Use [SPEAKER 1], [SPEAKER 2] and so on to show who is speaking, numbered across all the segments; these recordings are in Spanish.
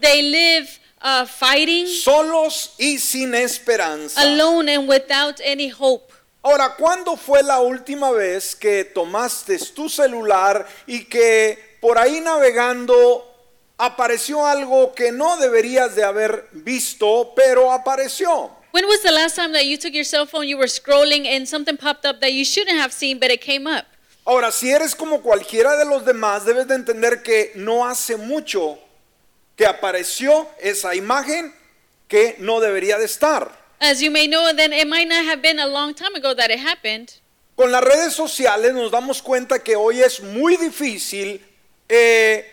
[SPEAKER 1] They live uh, fighting,
[SPEAKER 2] solos y sin esperanza.
[SPEAKER 1] alone, and without any hope.
[SPEAKER 2] Ahora, ¿cuándo fue la última vez que tomaste tu celular y que por ahí navegando apareció algo que no deberías de haber visto, pero apareció?
[SPEAKER 1] When was the last time that you took your cell phone, you were scrolling, and something popped up that you shouldn't have seen, but it came up?
[SPEAKER 2] Ahora, si eres como cualquiera de los demás, debes de entender que no hace mucho que apareció esa imagen que no debería de estar.
[SPEAKER 1] As you may know, then it might not have been a long time ago that it happened.
[SPEAKER 2] Con las redes sociales nos damos cuenta que hoy es muy difícil eh,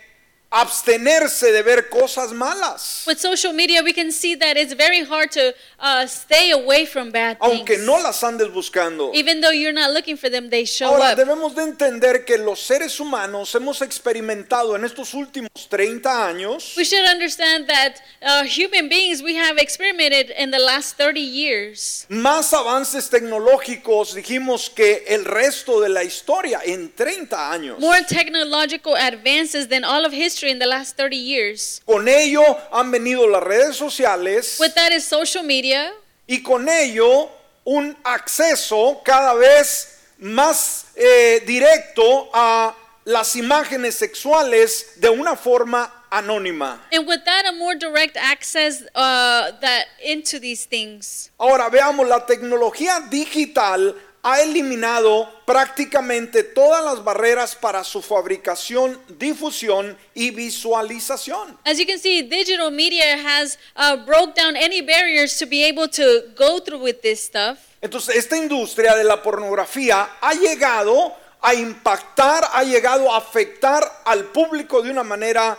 [SPEAKER 2] abstenerse de ver cosas malas,
[SPEAKER 1] With social media, we can see that it's very hard to uh, stay away from bad
[SPEAKER 2] aunque
[SPEAKER 1] things.
[SPEAKER 2] no las andes buscando.
[SPEAKER 1] Even though you're not looking for them, they show
[SPEAKER 2] Ahora
[SPEAKER 1] up.
[SPEAKER 2] debemos de entender que los seres humanos hemos experimentado en estos últimos 30 años
[SPEAKER 1] We should understand that uh, human beings, we have experimented in the last 30 years
[SPEAKER 2] más avances tecnológicos, dijimos, que el resto de la historia en 30 años.
[SPEAKER 1] more technological advances than all of history in the last 30 years.
[SPEAKER 2] Con ello han venido las redes sociales.
[SPEAKER 1] With that is social media,
[SPEAKER 2] y con ello un acceso cada vez más eh, directo a las imágenes sexuales de una forma anónima.
[SPEAKER 1] and with that, a more direct access uh, that into these things.
[SPEAKER 2] Ahora veamos, la tecnología digital ha eliminado prácticamente todas las barreras para su fabricación, difusión y visualización.
[SPEAKER 1] As you can see, digital media has uh, broke down any barriers to be able to go through with this stuff.
[SPEAKER 2] Entonces, esta industria de la pornografía ha llegado a impactar, ha llegado a afectar al público de una manera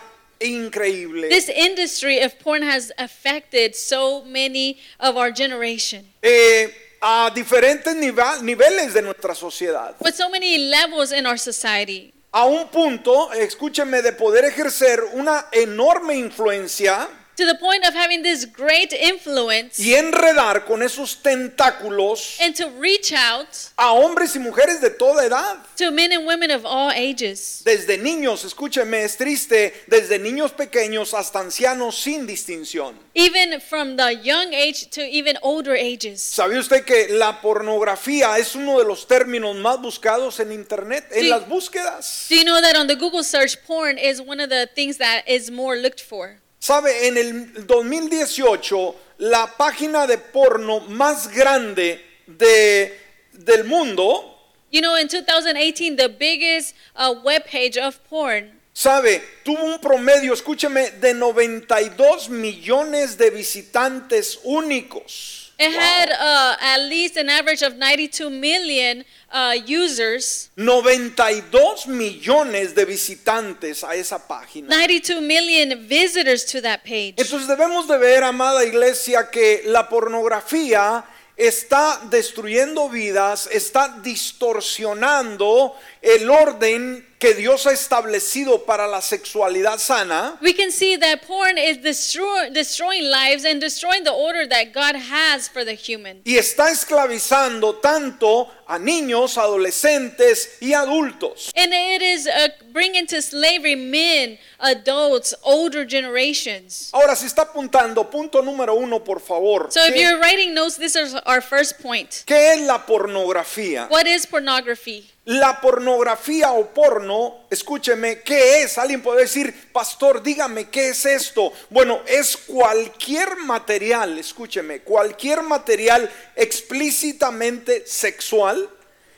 [SPEAKER 2] increíble.
[SPEAKER 1] This industry of porn has affected so many of our generation.
[SPEAKER 2] Eh, a diferentes niva- niveles de nuestra sociedad.
[SPEAKER 1] with so many levels in our society
[SPEAKER 2] A un punto, escúcheme, de poder ejercer una enorme influencia
[SPEAKER 1] to the point of having this great influence
[SPEAKER 2] y enredar con esos tentáculos
[SPEAKER 1] and to reach out
[SPEAKER 2] a hombres y mujeres de toda edad.
[SPEAKER 1] to men and women of all ages.
[SPEAKER 2] Desde niños, escúcheme, es triste, desde niños pequeños hasta ancianos sin distinción.
[SPEAKER 1] Even from the young age to even older ages.
[SPEAKER 2] ¿Sabe usted que la pornografía es uno de los términos más buscados en internet, en
[SPEAKER 1] Sí.
[SPEAKER 2] las búsquedas?
[SPEAKER 1] Do you know that on the Google search, porn is one of the things that is more looked for?
[SPEAKER 2] ¿Sabe? En el 2018, la página de porno más grande de, del mundo,
[SPEAKER 1] You know, in 2018, the biggest uh, webpage of porn
[SPEAKER 2] ¿sabe? Tuvo un promedio, escúcheme, de 92 millones de visitantes únicos.
[SPEAKER 1] it had uh, at least an average of 92 million uh, users.
[SPEAKER 2] 92 millones de visitantes a esa página.
[SPEAKER 1] 92 million visitors to that page.
[SPEAKER 2] Entonces debemos de ver, amada iglesia, que la pornografía está destruyendo vidas, está distorsionando el orden que Dios ha establecido para la sexualidad sana.
[SPEAKER 1] We can see that porn is destroy, destroying lives and destroying the order that God has for the human.
[SPEAKER 2] Y está esclavizando tanto a niños, adolescentes y adultos.
[SPEAKER 1] And it is uh, bringing to slavery men, adults, older generations.
[SPEAKER 2] Ahora, si está apuntando, punto número uno, por favor.
[SPEAKER 1] So if
[SPEAKER 2] ¿Qué-
[SPEAKER 1] you're writing notes, this is our first point.
[SPEAKER 2] ¿Qué es la pornografía?
[SPEAKER 1] What is pornography?
[SPEAKER 2] La pornografía o porno, escúcheme, ¿qué es? Alguien puede decir, pastor, dígame, ¿qué es esto? Bueno, es cualquier material, escúcheme, cualquier material explícitamente sexual,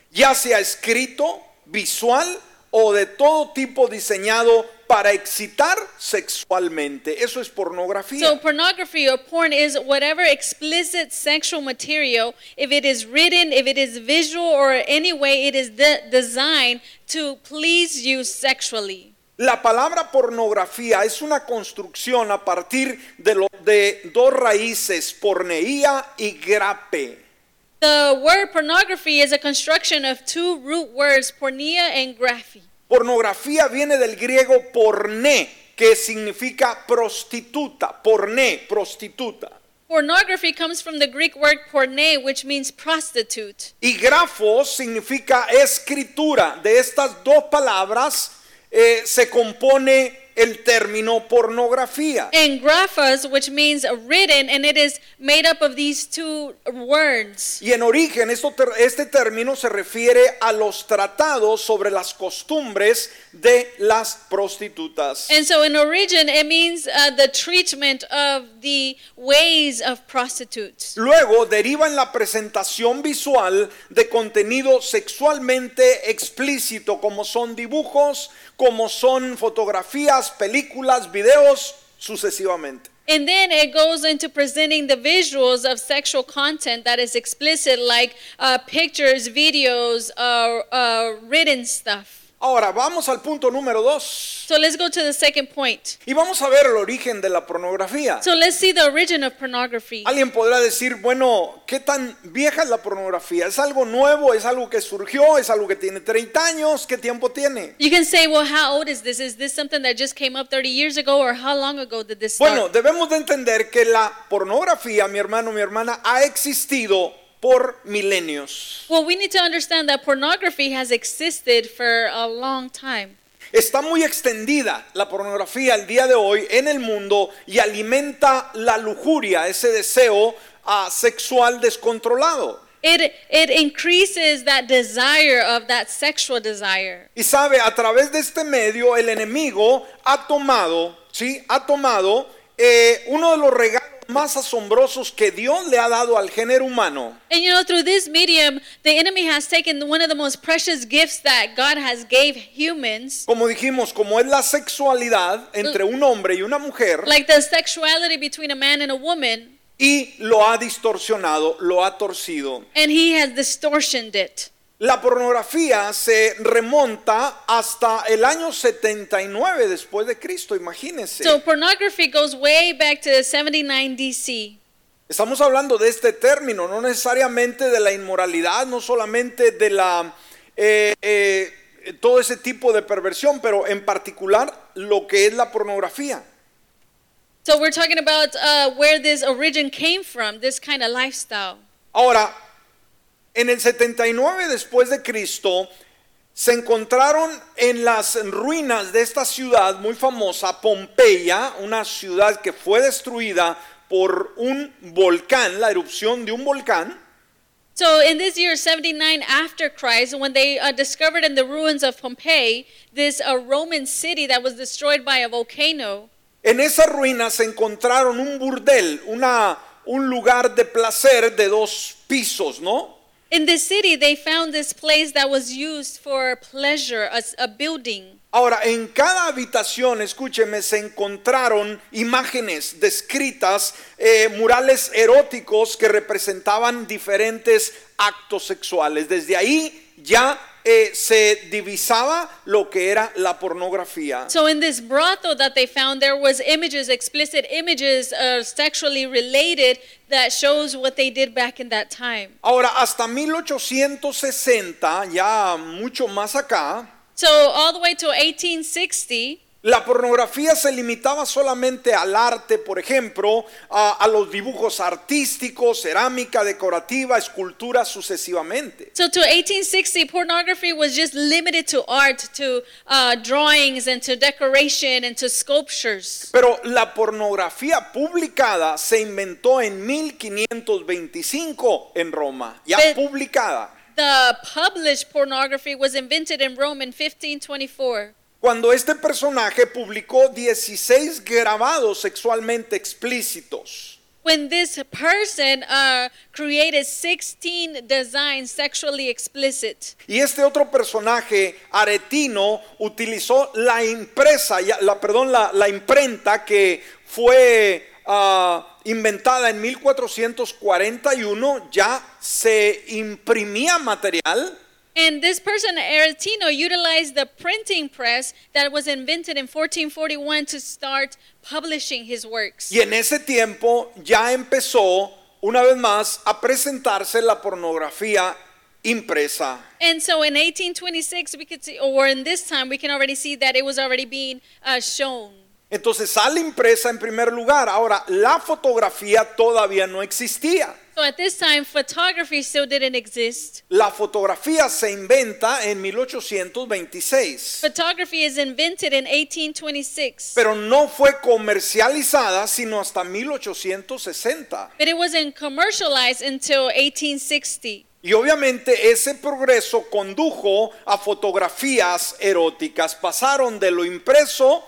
[SPEAKER 2] ya sea escrito, visual o de todo tipo diseñado para excitar sexualmente. Eso es pornografía.
[SPEAKER 1] So pornography or porn is whatever explicit sexual material, if it is written, if it is visual, or any way it is de- designed to please you sexually.
[SPEAKER 2] La palabra pornografía es una construcción a partir de, lo- de dos raíces, porneía y grape.
[SPEAKER 1] The word pornography is a construction of two root words, pornea and graphy.
[SPEAKER 2] Pornografía viene del griego porné, que significa prostituta, porné, prostituta.
[SPEAKER 1] Pornography comes from the Greek word porne, which means prostitute.
[SPEAKER 2] Y grafo significa escritura. De estas dos palabras eh, se compone el término pornografía.
[SPEAKER 1] and graphos, which means written, and it is made up of these two words.
[SPEAKER 2] Y en origen esto ter- este término se refiere a los tratados sobre las costumbres de las prostitutas.
[SPEAKER 1] And so, in origin, it means uh, the treatment of the ways of prostitutes.
[SPEAKER 2] Luego deriva en la presentación visual de contenido sexualmente explícito, como son dibujos, como son fotografías, películas, videos, sucesivamente.
[SPEAKER 1] And then it goes into presenting the visuals of sexual content that is explicit, like uh, pictures, videos, uh, uh, written stuff.
[SPEAKER 2] Ahora vamos al punto número dos
[SPEAKER 1] So, let's go to the second point.
[SPEAKER 2] y vamos a ver el origen de la pornografía.
[SPEAKER 1] So, let's see the origin of pornography.
[SPEAKER 2] Alguien podrá decir, bueno, ¿qué tan vieja es la pornografía? ¿Es algo nuevo? ¿Es algo que surgió? ¿Es algo que tiene 30 años? ¿Qué tiempo tiene?
[SPEAKER 1] You can say, well, how old is this? Is this something that just came up 30 years ago, or how long ago did this start?
[SPEAKER 2] Bueno, debemos de entender que la pornografía, mi hermano, mi hermana, ha existido por milenios.
[SPEAKER 1] well, we need to understand that pornography has existed for a long time.
[SPEAKER 2] Está muy extendida la pornografía al día de hoy en el mundo y alimenta la lujuria, ese deseo ah, sexual descontrolado.
[SPEAKER 1] It, it increases that desire of that sexual desire.
[SPEAKER 2] Y sabe, a través de este medio el enemigo ha tomado, ¿sí? Ha tomado eh, uno de los regalos más asombrosos que Dios le ha dado al género humano.
[SPEAKER 1] And you know, through this medium, the enemy has taken one of the most precious gifts that God has gave humans,
[SPEAKER 2] Como dijimos, como es la sexualidad entre un hombre y una mujer
[SPEAKER 1] like the sexuality between a man and a woman,
[SPEAKER 2] y lo ha distorsionado, lo ha torcido.
[SPEAKER 1] and he has distortioned it.
[SPEAKER 2] La pornografía se remonta hasta el año 79 después de Cristo, imagínense.
[SPEAKER 1] So pornography goes way back to 79 DC.
[SPEAKER 2] Estamos hablando de este término, no necesariamente de la inmoralidad, no solamente de la eh, eh, todo ese tipo de perversión, pero en particular lo que es la pornografía.
[SPEAKER 1] So we're talking about uh, where this origin came from, this kind of lifestyle.
[SPEAKER 2] Ahora, en el 79 después de Cristo se encontraron en las ruinas de esta ciudad muy famosa, Pompeya, una ciudad que fue destruida por un volcán, la erupción de un volcán.
[SPEAKER 1] So in this year 79 after Christ, when they uh, discovered in the ruins of Pompeii this uh, Roman city that was destroyed by a volcano,
[SPEAKER 2] En esas ruinas se encontraron un burdel, una, un lugar de placer de dos pisos, ¿no?
[SPEAKER 1] in this city they found this place that was used for pleasure, a, s- a building.
[SPEAKER 2] Ahora, en cada habitación, escúcheme, se encontraron imágenes descritas, eh, murales eróticos que representaban diferentes actos sexuales. Desde ahí ya eh, se divisaba lo que era la pornografía.
[SPEAKER 1] So in this brothel that they found, there was images, explicit images, uh, sexually related that shows what they did back in that time.
[SPEAKER 2] Ahora, hasta 1860, ya mucho más acá,
[SPEAKER 1] So all the way to 1860,
[SPEAKER 2] La pornografía se limitaba solamente al arte, por ejemplo, a, a los dibujos artísticos, cerámica, decorativa, escultura, sucesivamente.
[SPEAKER 1] so to 1860, pornography was just limited to art, to uh, drawings, and to decoration, and to sculptures.
[SPEAKER 2] Pero la pornografía publicada se inventó en 1525 en Roma, ya
[SPEAKER 1] Pe-
[SPEAKER 2] publicada.
[SPEAKER 1] The published pornography was invented in Rome in 1524.
[SPEAKER 2] Cuando este personaje publicó 16 grabados sexualmente explícitos.
[SPEAKER 1] When this person uh, created 16 designs sexually explicit.
[SPEAKER 2] Y este otro personaje, Aretino, utilizó la impresa, ya- la, perdón, la, la imprenta que fue ah, inventada en 1441, ya se imprimía material
[SPEAKER 1] And this person, Aretino, utilized the printing press that was invented in 1441 to start publishing his works.
[SPEAKER 2] y en ese tiempo ya empezó, una vez más, a presentarse la pornografía impresa.
[SPEAKER 1] And so in 1826, we could see, or in this time, we can already see that it was already being uh, shown.
[SPEAKER 2] Entonces sale impresa en primer lugar. Ahora, la fotografía todavía no existía.
[SPEAKER 1] So at this time, photography still didn't exist.
[SPEAKER 2] La fotografía se inventa en 1826,
[SPEAKER 1] Photography is invented in 1826,
[SPEAKER 2] pero no fue comercializada sino hasta 1860.
[SPEAKER 1] but it wasn't commercialized until 1860.
[SPEAKER 2] Y obviamente ese progreso condujo a fotografías eróticas. Pasaron de lo impreso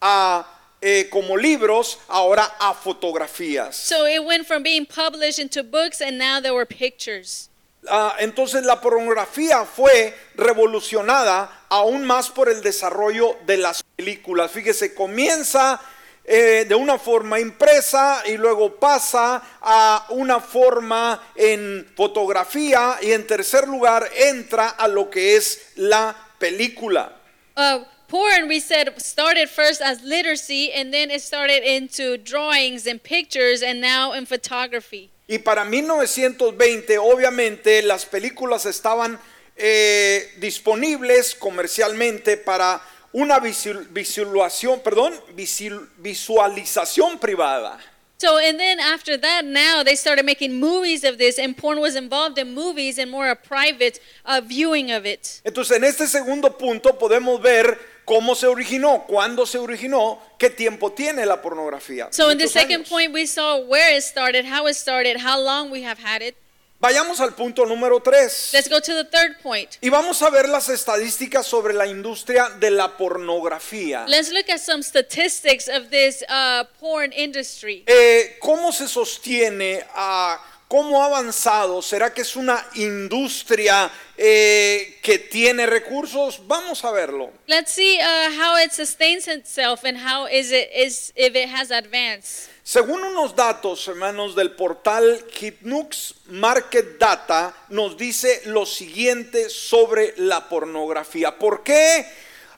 [SPEAKER 2] a eh, como libros, ahora a fotografías.
[SPEAKER 1] So it went from being published into books, and now there were pictures.
[SPEAKER 2] Ah, entonces la pornografía fue revolucionada aún más por el desarrollo de las películas. Fíjese, comienza eh, de una forma impresa y luego pasa a una forma en fotografía y en tercer lugar entra a lo que es la película.
[SPEAKER 1] Uh, porn, we said, started first as literacy, and then it started into drawings and pictures, and now in photography.
[SPEAKER 2] Y para 1920, obviamente, las películas estaban eh, disponibles comercialmente para una visu- visualización, perdón, visil- visualización privada.
[SPEAKER 1] So, and then after that, now they started making movies of this, and porn was involved in movies and more a private uh, viewing of it.
[SPEAKER 2] Entonces, en este segundo punto podemos ver cómo se originó, cuándo se originó, qué tiempo tiene la pornografía.
[SPEAKER 1] So, in the
[SPEAKER 2] Muchos
[SPEAKER 1] second
[SPEAKER 2] años.
[SPEAKER 1] point, we saw where it started, how it started, how long we have had it.
[SPEAKER 2] Vayamos al punto número 3.
[SPEAKER 1] Let's go to the third point.
[SPEAKER 2] Y vamos a ver las estadísticas sobre la industria de la pornografía.
[SPEAKER 1] Let's look at some statistics of this uh, porn industry.
[SPEAKER 2] Eh, ¿Cómo se sostiene? ah, ¿Cómo ha avanzado? ¿Será que es una industria eh, que tiene recursos? Vamos a verlo.
[SPEAKER 1] Let's see uh, how it sustains itself and how is it is if it has advanced.
[SPEAKER 2] Según unos datos, hermanos, del portal Hitnux Market Data, nos dice lo siguiente sobre la pornografía. ¿Por qué?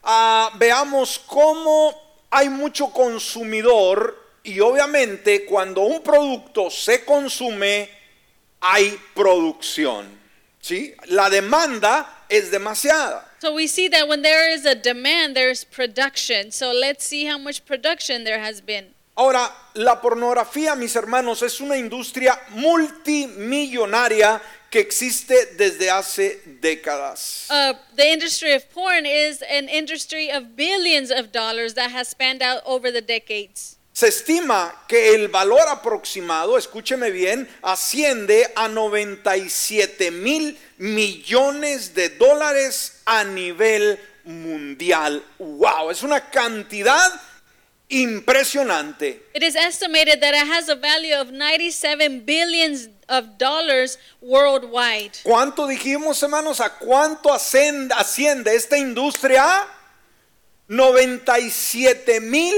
[SPEAKER 2] Ah, veamos cómo hay mucho consumidor y obviamente cuando un producto se consume, hay producción. ¿sí? La demanda es demasiada.
[SPEAKER 1] So we see that when there is a demand, there's production. So let's see how much production there has been.
[SPEAKER 2] Ahora, la pornografía, mis hermanos, es una industria multimillonaria que existe desde hace décadas.
[SPEAKER 1] Uh, the industry of porn is an industry of billions of dollars that has spanned out over the decades.
[SPEAKER 2] Se estima que el valor aproximado, escúcheme bien, asciende a 97 mil millones de dólares a nivel mundial. ¡Wow! Es una cantidad impresionante.
[SPEAKER 1] It is estimated that it has a value of 97 billions of dollars worldwide.
[SPEAKER 2] ¿Cuánto dijimos, hermanos? ¿A cuánto ascend- asciende esta industria? 97 mil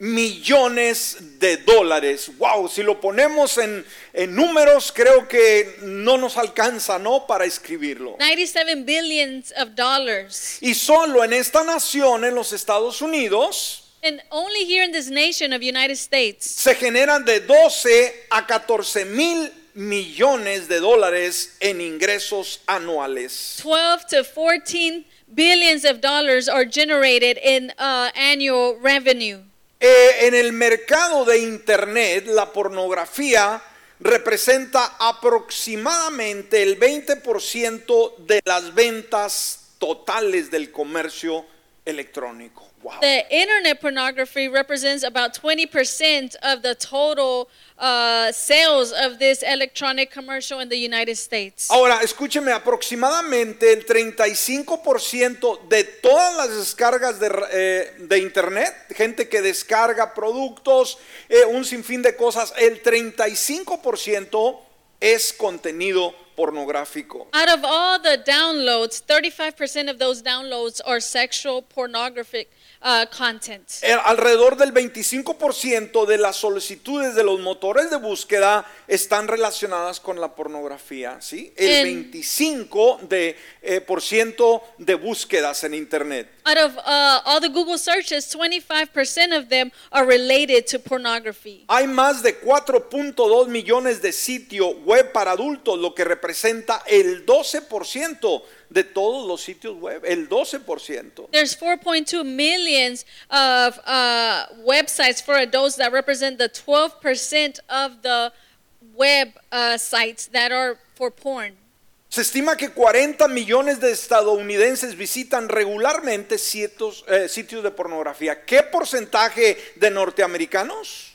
[SPEAKER 2] millones de dólares. Wow, si lo ponemos en, en números, creo que no nos alcanza, ¿no? Para escribirlo.
[SPEAKER 1] 97 billions of dollars.
[SPEAKER 2] Y solo en esta nación, en los Estados Unidos,
[SPEAKER 1] And only here in this nation of United States,
[SPEAKER 2] se generan de 12 a 14 mil millones de dólares en ingresos anuales.
[SPEAKER 1] 12 to 14 billions of dollars are generated in uh, annual revenue.
[SPEAKER 2] Eh, en el mercado de Internet, la pornografía representa aproximadamente el 20% de las ventas totales del comercio electrónico. Wow.
[SPEAKER 1] The internet pornography represents about 20% of the total uh, sales of this electronic commercial in the United States.
[SPEAKER 2] Ahora, escúcheme, aproximadamente el 35% de todas las descargas de, ra- eh, de Internet, gente que descarga productos, eh, un sinfín de cosas, el 35% es contenido pornográfico.
[SPEAKER 1] Out of all the downloads, 35% of those downloads are sexual pornographic uh, content.
[SPEAKER 2] Eh, Alrededor del 25% de las solicitudes de los motores de búsqueda están relacionadas con la pornografía, ¿sí? El
[SPEAKER 1] En-
[SPEAKER 2] 25% de, eh, por ciento de búsquedas en Internet.
[SPEAKER 1] Out of uh, all the Google searches, 25% of them are related to pornography.
[SPEAKER 2] Hay más de 4.2 millones de sitios web para adultos, lo que representa el 12% de todos los sitios web, el 12%.
[SPEAKER 1] There's 4.2 millions of uh, websites for adults that represent the 12% of the web uh, sites that are for porn.
[SPEAKER 2] Se estima que 40 millones de estadounidenses visitan regularmente ciertos, eh, sitios de pornografía. ¿Qué porcentaje de norteamericanos?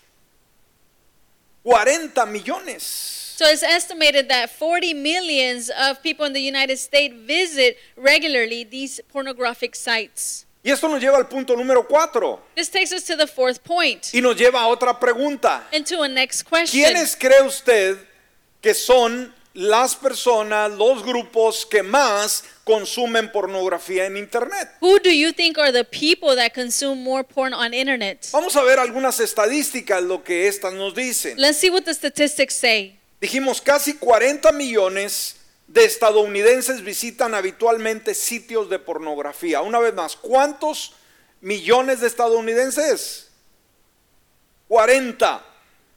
[SPEAKER 2] 40 millones.
[SPEAKER 1] So it's estimated that 40 millions of people in the United States visit regularly these pornographic sites.
[SPEAKER 2] Y esto nos lleva al punto número 4
[SPEAKER 1] This takes us to the fourth point
[SPEAKER 2] y nos lleva a otra pregunta.
[SPEAKER 1] and to a next question.
[SPEAKER 2] ¿Quiénes cree usted que son las personas, los grupos que más consumen pornografía en Internet?
[SPEAKER 1] Who do you think are the people that consume more porn on internet?
[SPEAKER 2] Vamos a ver algunas estadísticas, lo que estas nos dicen.
[SPEAKER 1] Let's see what the statistics say.
[SPEAKER 2] Dijimos casi 40 millones de estadounidenses visitan habitualmente sitios de pornografía. Una vez más, ¿cuántos millones de estadounidenses? 40.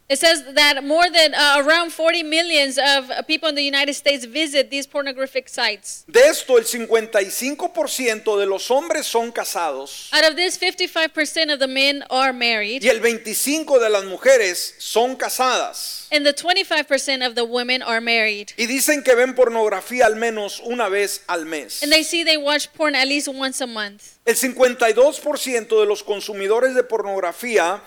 [SPEAKER 1] It says that more than uh, around 40 millions of uh, people in the United States visit these pornographic sites.
[SPEAKER 2] De esto, el 55% de los hombres son casados
[SPEAKER 1] Out of this, 55% of the men are married,
[SPEAKER 2] y el 25% de las mujeres son casadas.
[SPEAKER 1] and the 25% of the women are married.
[SPEAKER 2] Y dicen que ven pornografía al menos una vez al mes.
[SPEAKER 1] And they see they watch porn at least once a month.
[SPEAKER 2] El 52% de los consumidores de pornografía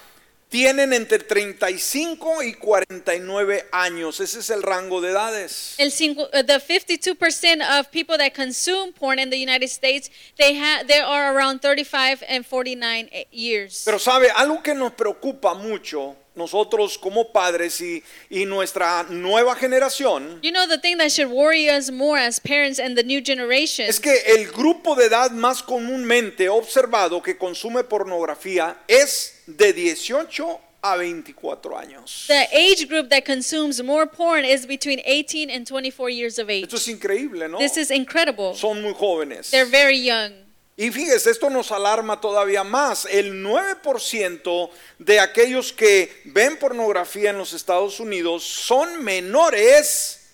[SPEAKER 2] tienen entre 35 y 49 años. Ese es el rango de edades.
[SPEAKER 1] El cinco, uh, the 52% of people that consume porn in the United States, they, ha- they are around 35 and 49 e- years.
[SPEAKER 2] Pero sabe, algo que nos preocupa mucho nosotros como padres y, y nuestra nueva generación
[SPEAKER 1] You know, the thing that should worry us more as parents and the new generation
[SPEAKER 2] es que el grupo de edad más comúnmente observado que consume pornografía es de 18 a 24 años.
[SPEAKER 1] the age group that consumes more porn is between 18 and 24 years of age.
[SPEAKER 2] Esto es increíble, ¿no?
[SPEAKER 1] This is incredible.
[SPEAKER 2] Son muy jóvenes.
[SPEAKER 1] They're very young.
[SPEAKER 2] Y fíjese, esto nos alarma todavía más. El 9% de aquellos que ven pornografía en los Estados Unidos son menores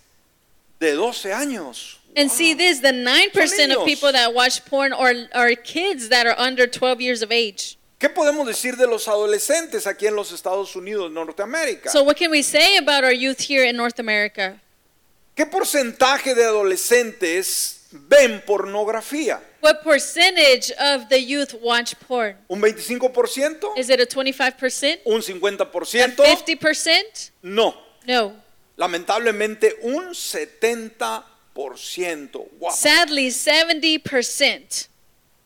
[SPEAKER 2] de 12 años.
[SPEAKER 1] And see this the 9%
[SPEAKER 2] niños.
[SPEAKER 1] of people that watch porn are, are kids that are under 12 years of age.
[SPEAKER 2] ¿Qué podemos decir de los adolescentes aquí en los Estados Unidos, Norteamérica?
[SPEAKER 1] So, what can we say about our youth here in North America?
[SPEAKER 2] ¿Qué porcentaje de adolescentes ven pornografía?
[SPEAKER 1] What percentage of the youth watch porn?
[SPEAKER 2] ¿Un 25%?
[SPEAKER 1] Is it a 25%?
[SPEAKER 2] ¿Un
[SPEAKER 1] A
[SPEAKER 2] 50%?
[SPEAKER 1] 50%?
[SPEAKER 2] No.
[SPEAKER 1] No.
[SPEAKER 2] Lamentablemente un 70%. Wow.
[SPEAKER 1] Sadly, 70%.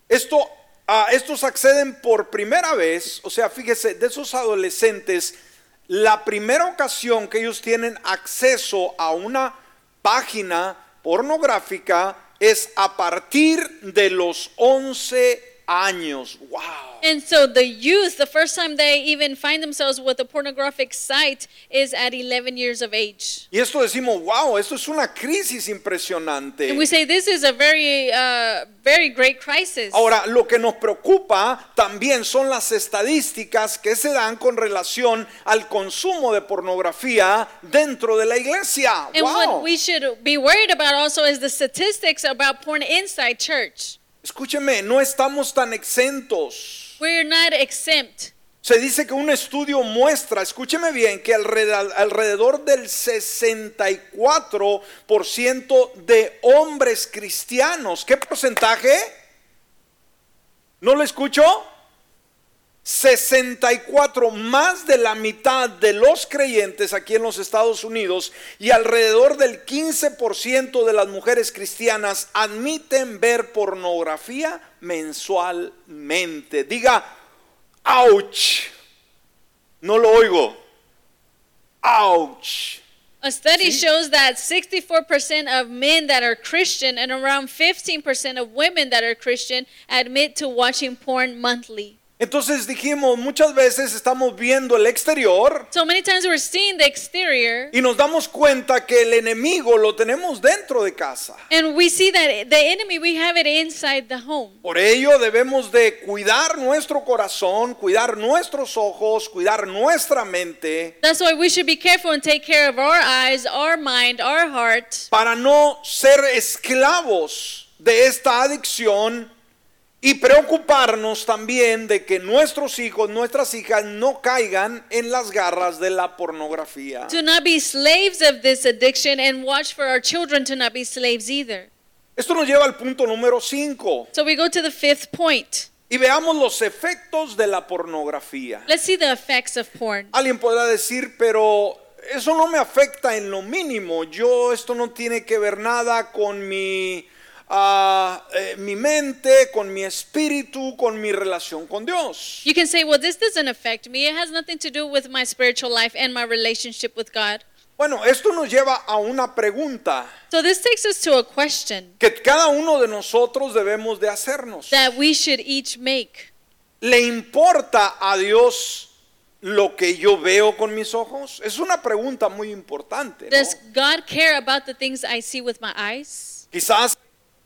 [SPEAKER 2] Esto, a estos acceden por primera vez, o sea, fíjese, de esos adolescentes, la primera ocasión que ellos tienen acceso a una página pornográfica es a partir de los 11 años. ¡Wow!
[SPEAKER 1] And so the youth, the first time they even find themselves with a pornographic site is at 11 years of age.
[SPEAKER 2] Y esto decimos, wow, esto es una crisis impresionante.
[SPEAKER 1] And we say this is a very, uh, very great crisis.
[SPEAKER 2] Ahora, lo que nos preocupa también son las estadísticas que se dan con relación al consumo de pornografía dentro de la iglesia.
[SPEAKER 1] and
[SPEAKER 2] ¡Wow!
[SPEAKER 1] what we should be worried about also is the statistics about porn inside church.
[SPEAKER 2] Escúcheme, no estamos tan exentos.
[SPEAKER 1] We're not exempt.
[SPEAKER 2] Se dice que un estudio muestra, escúcheme bien, que alrededor, alrededor del 64% de hombres cristianos. ¿Qué porcentaje? ¿No lo escucho? 64, más de la mitad de los creyentes aquí en los Estados Unidos y alrededor del 15% de las mujeres cristianas admiten ver pornografía mensualmente. Diga, ouch, no lo oigo, ouch.
[SPEAKER 1] A study shows that 64% of men that are Christian and around 15% of women that are Christian admit to watching porn monthly.
[SPEAKER 2] Entonces dijimos, muchas veces estamos viendo el exterior
[SPEAKER 1] So many times we're seeing the exterior
[SPEAKER 2] y nos damos cuenta que el enemigo lo tenemos dentro de casa.
[SPEAKER 1] And we see that the enemy, we have it inside the home.
[SPEAKER 2] Por ello debemos de cuidar nuestro corazón, cuidar nuestros ojos, cuidar nuestra mente
[SPEAKER 1] That's why we should be careful and take care of our eyes, our mind, our heart,
[SPEAKER 2] para no ser esclavos de esta adicción y preocuparnos también de que nuestros hijos, nuestras hijas no caigan en las garras de la pornografía.
[SPEAKER 1] To not be slaves of this addiction and watch for our children to not be slaves either.
[SPEAKER 2] Esto nos lleva al punto número 5
[SPEAKER 1] So we go to the fifth point.
[SPEAKER 2] y veamos los efectos de la pornografía.
[SPEAKER 1] Let's see the effects of porn.
[SPEAKER 2] Alguien podrá decir, pero eso no me afecta en lo mínimo. Yo esto no tiene que ver nada con mi ah, eh, mi mente, con mi espíritu, con mi relación con Dios.
[SPEAKER 1] You can say, well, this doesn't affect me. It has nothing to do with my spiritual life and my relationship with God.
[SPEAKER 2] Bueno, esto nos lleva a una pregunta
[SPEAKER 1] So this takes us to a question
[SPEAKER 2] que cada uno de nosotros debemos de hacernos.
[SPEAKER 1] that we should each make.
[SPEAKER 2] ¿Le importa a Dios lo que yo veo con mis ojos? Es una pregunta muy importante. ¿no?
[SPEAKER 1] Does God care about the things I see with my eyes?
[SPEAKER 2] Quizás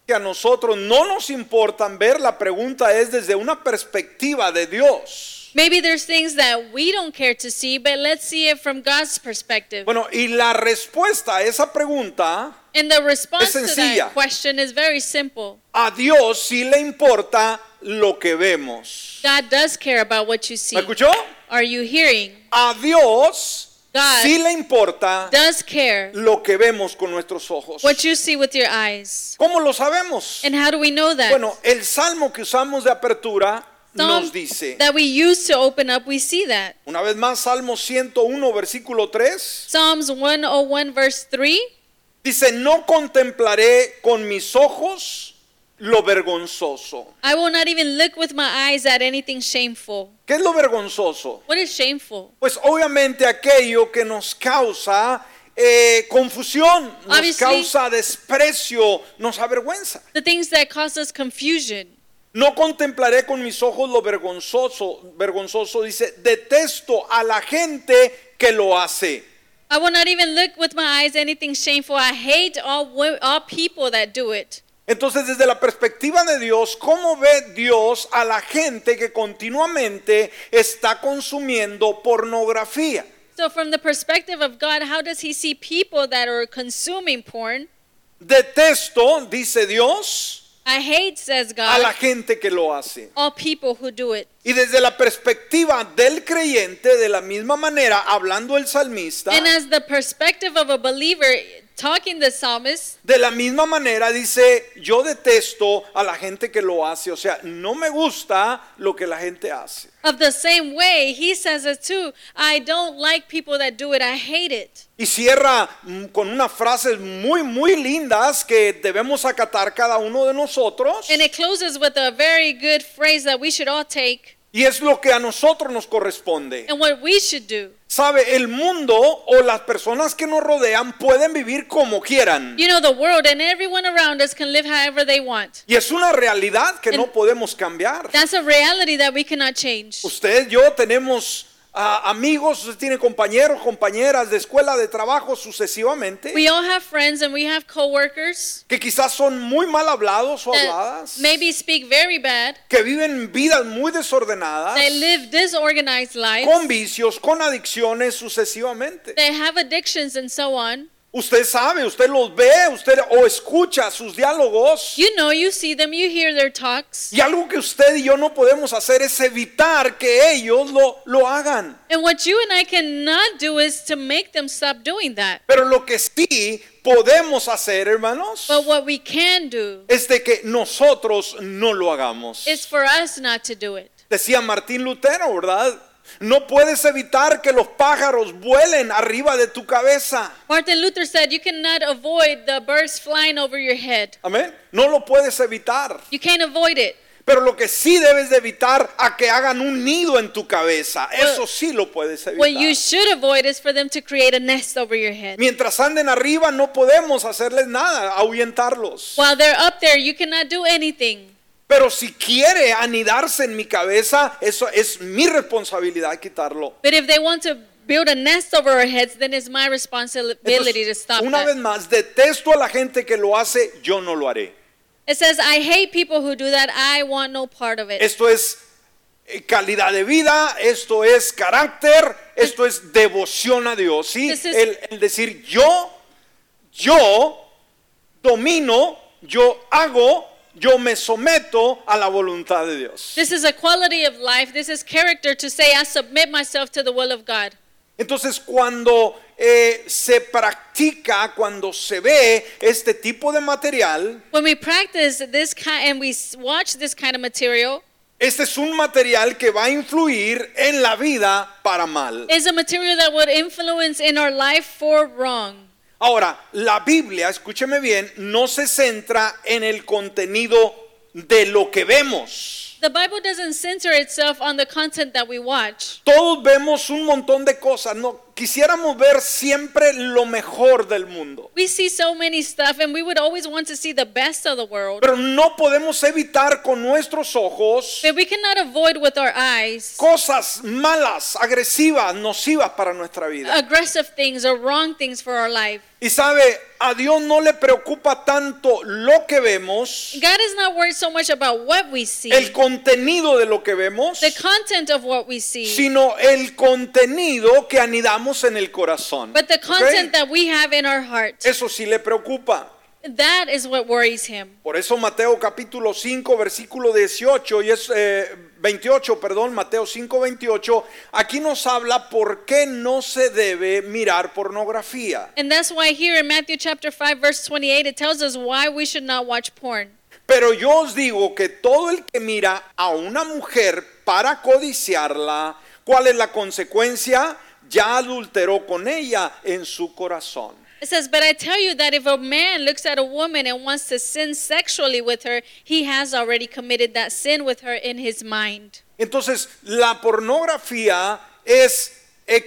[SPEAKER 2] que a nosotros no nos importan ver, la pregunta es desde una perspectiva de Dios.
[SPEAKER 1] Maybe there's things that we don't care to see, but let's see it from God's perspective.
[SPEAKER 2] Bueno, y la respuesta a esa pregunta,
[SPEAKER 1] And the response to
[SPEAKER 2] sencilla.
[SPEAKER 1] that question is very simple.
[SPEAKER 2] a Dios sí le importa lo que vemos.
[SPEAKER 1] God does care about what you see.
[SPEAKER 2] ¿Me escuchó?
[SPEAKER 1] Are you hearing?
[SPEAKER 2] A Dios
[SPEAKER 1] God
[SPEAKER 2] sí le importa
[SPEAKER 1] Does care
[SPEAKER 2] lo que vemos con nuestros ojos.
[SPEAKER 1] what you see with your eyes.
[SPEAKER 2] ¿Cómo lo sabemos?
[SPEAKER 1] And how do we know that?
[SPEAKER 2] Bueno, el salmo que usamos de apertura nos
[SPEAKER 1] Psalm
[SPEAKER 2] dice,
[SPEAKER 1] that we use to open up, we see that.
[SPEAKER 2] una vez más, Salmo 101, versículo 3.
[SPEAKER 1] Psalms 101, verse 3.
[SPEAKER 2] Dice, no contemplaré con mis ojos lo vergonzoso.
[SPEAKER 1] I will not even look with my eyes at anything shameful.
[SPEAKER 2] ¿Qué es lo vergonzoso?
[SPEAKER 1] What is shameful?
[SPEAKER 2] Pues obviamente aquello que nos causa eh, confusión, nos
[SPEAKER 1] Obviously.
[SPEAKER 2] causa desprecio, nos avergüenza.
[SPEAKER 1] The things that cause us confusion.
[SPEAKER 2] No contemplaré con mis ojos lo vergonzoso. Vergonzoso dice, detesto a la gente que lo hace.
[SPEAKER 1] I will not even look with my eyes anything shameful. I hate all wo- all people that do it.
[SPEAKER 2] Entonces, desde la perspectiva de Dios, ¿cómo ve Dios a la gente que continuamente está consumiendo pornografía?
[SPEAKER 1] So from the perspective of God, how does he see people that are consuming porn?
[SPEAKER 2] Detesto, dice Dios,
[SPEAKER 1] I hate, says
[SPEAKER 2] a la
[SPEAKER 1] God,
[SPEAKER 2] gente que lo hace.
[SPEAKER 1] all people who do it.
[SPEAKER 2] Y desde la perspectiva del creyente, de la misma manera, hablando el salmista,
[SPEAKER 1] And as the perspective of a believer talking the psalmist,
[SPEAKER 2] de la misma manera dice, yo detesto a la gente que lo hace. O sea, no me gusta lo que la gente hace.
[SPEAKER 1] of the same way, he says it too. I don't like people that do it. I hate it.
[SPEAKER 2] Y cierra mm, con unas frases muy, muy lindas que debemos acatar cada uno de nosotros.
[SPEAKER 1] And it closes with a very good phrase that we should all take
[SPEAKER 2] Y es lo que a nosotros nos corresponde.
[SPEAKER 1] and what we should do.
[SPEAKER 2] Sabe, el mundo o las personas que nos rodean pueden vivir como quieran.
[SPEAKER 1] You know, the world and everyone around us can live however they want.
[SPEAKER 2] Y es una realidad que
[SPEAKER 1] En-
[SPEAKER 2] no podemos cambiar.
[SPEAKER 1] That's a reality that we cannot change.
[SPEAKER 2] Usted, yo tenemos ah, amigos, usted tiene compañeros, compañeras de escuela, de trabajo, sucesivamente,
[SPEAKER 1] We all have friends and we have coworkers
[SPEAKER 2] que quizás son muy mal hablados o
[SPEAKER 1] that
[SPEAKER 2] habladas,
[SPEAKER 1] maybe speak very bad.
[SPEAKER 2] que viven vidas muy desordenadas,
[SPEAKER 1] They live disorganized lives.
[SPEAKER 2] con vicios, con adicciones, sucesivamente.
[SPEAKER 1] They have addictions and so on.
[SPEAKER 2] Usted sabe, usted los ve, usted o escucha sus diálogos.
[SPEAKER 1] You know, you see them, you hear their talks.
[SPEAKER 2] Y algo que usted y yo no podemos hacer es evitar que ellos lo, lo hagan.
[SPEAKER 1] And what you and I cannot do is to make them stop doing that.
[SPEAKER 2] Pero lo que sí podemos hacer, hermanos,
[SPEAKER 1] But what we can do
[SPEAKER 2] es de que nosotros no lo hagamos.
[SPEAKER 1] is for us not to do it.
[SPEAKER 2] Decía Martín Lutero, ¿verdad? No puedes evitar que los pájaros vuelen arriba de tu cabeza.
[SPEAKER 1] Martin Luther said, You cannot avoid the birds flying over your head.
[SPEAKER 2] Amén. No lo puedes evitar.
[SPEAKER 1] You can't avoid it.
[SPEAKER 2] Pero lo que sí debes de evitar a que hagan un nido en tu cabeza. Eso sí lo puedes
[SPEAKER 1] What you
[SPEAKER 2] evitar.
[SPEAKER 1] should avoid is for them to create a nest over your head.
[SPEAKER 2] Mientras anden arriba no podemos hacerles nada, ahuyentarlos.
[SPEAKER 1] While they're up there, you cannot do anything.
[SPEAKER 2] Pero si quiere anidarse en mi cabeza, eso es mi responsabilidad quitarlo.
[SPEAKER 1] But if they want to build a nest over our heads, then it's my
[SPEAKER 2] Entonces,
[SPEAKER 1] responsibility to stop
[SPEAKER 2] una vez
[SPEAKER 1] that.
[SPEAKER 2] más, detesto a la gente que lo hace, yo no lo haré.
[SPEAKER 1] It says, I hate people who do that. I want no part of it.
[SPEAKER 2] Esto es eh, calidad de vida, esto es carácter, esto es devoción a Dios. ¿sí?
[SPEAKER 1] This is-
[SPEAKER 2] El, el decir yo, yo domino yo hago, yo me someto a la voluntad de Dios.
[SPEAKER 1] This is a quality of life. This is character to say, I submit myself to the will of God.
[SPEAKER 2] Entonces cuando eh, se practica, cuando se ve este tipo de material,
[SPEAKER 1] When we practice this kind and we s- watch this kind of material,
[SPEAKER 2] este es un material que va a influir en la vida para mal.
[SPEAKER 1] is a material that would influence in our life for wrong.
[SPEAKER 2] Ahora, la Biblia, escúcheme bien, no se centra en el contenido de lo que vemos.
[SPEAKER 1] The Bible doesn't center itself on the content that we watch.
[SPEAKER 2] Todos vemos un montón de cosas, no quisiéramos ver siempre lo mejor del mundo.
[SPEAKER 1] We see so many stuff and we would always want to see the best of the world.
[SPEAKER 2] Pero no podemos evitar con nuestros ojos
[SPEAKER 1] But we cannot avoid with our eyes
[SPEAKER 2] cosas malas, agresivas, nocivas para nuestra vida.
[SPEAKER 1] aggressive things or wrong things for our life.
[SPEAKER 2] Y sabe, a Dios no le preocupa tanto lo que vemos,
[SPEAKER 1] God is not worried so much about what we see,
[SPEAKER 2] el contenido de lo que vemos,
[SPEAKER 1] the content of what we see,
[SPEAKER 2] sino el contenido que anidamos en el corazón.
[SPEAKER 1] but the
[SPEAKER 2] ¿Ok?
[SPEAKER 1] content that we have in our heart.
[SPEAKER 2] Eso sí le preocupa.
[SPEAKER 1] That is what worries him.
[SPEAKER 2] Por eso Mateo capítulo 5 versículo 18 y es eh, 28, perdón, Mateo 5 28, aquí nos habla por qué no se debe mirar pornografía.
[SPEAKER 1] And that's why here in Matthew chapter 5 verse 28 it tells us why we should not watch porn.
[SPEAKER 2] Pero yo os digo que todo el que mira a una mujer para codiciarla, ¿cuál es la consecuencia? Ya adulteró con ella en su corazón.
[SPEAKER 1] It says, "But I tell you that if a man looks at a woman and wants to sin sexually with her, he has already committed that sin with her in his mind."
[SPEAKER 2] Entonces, la pornografía es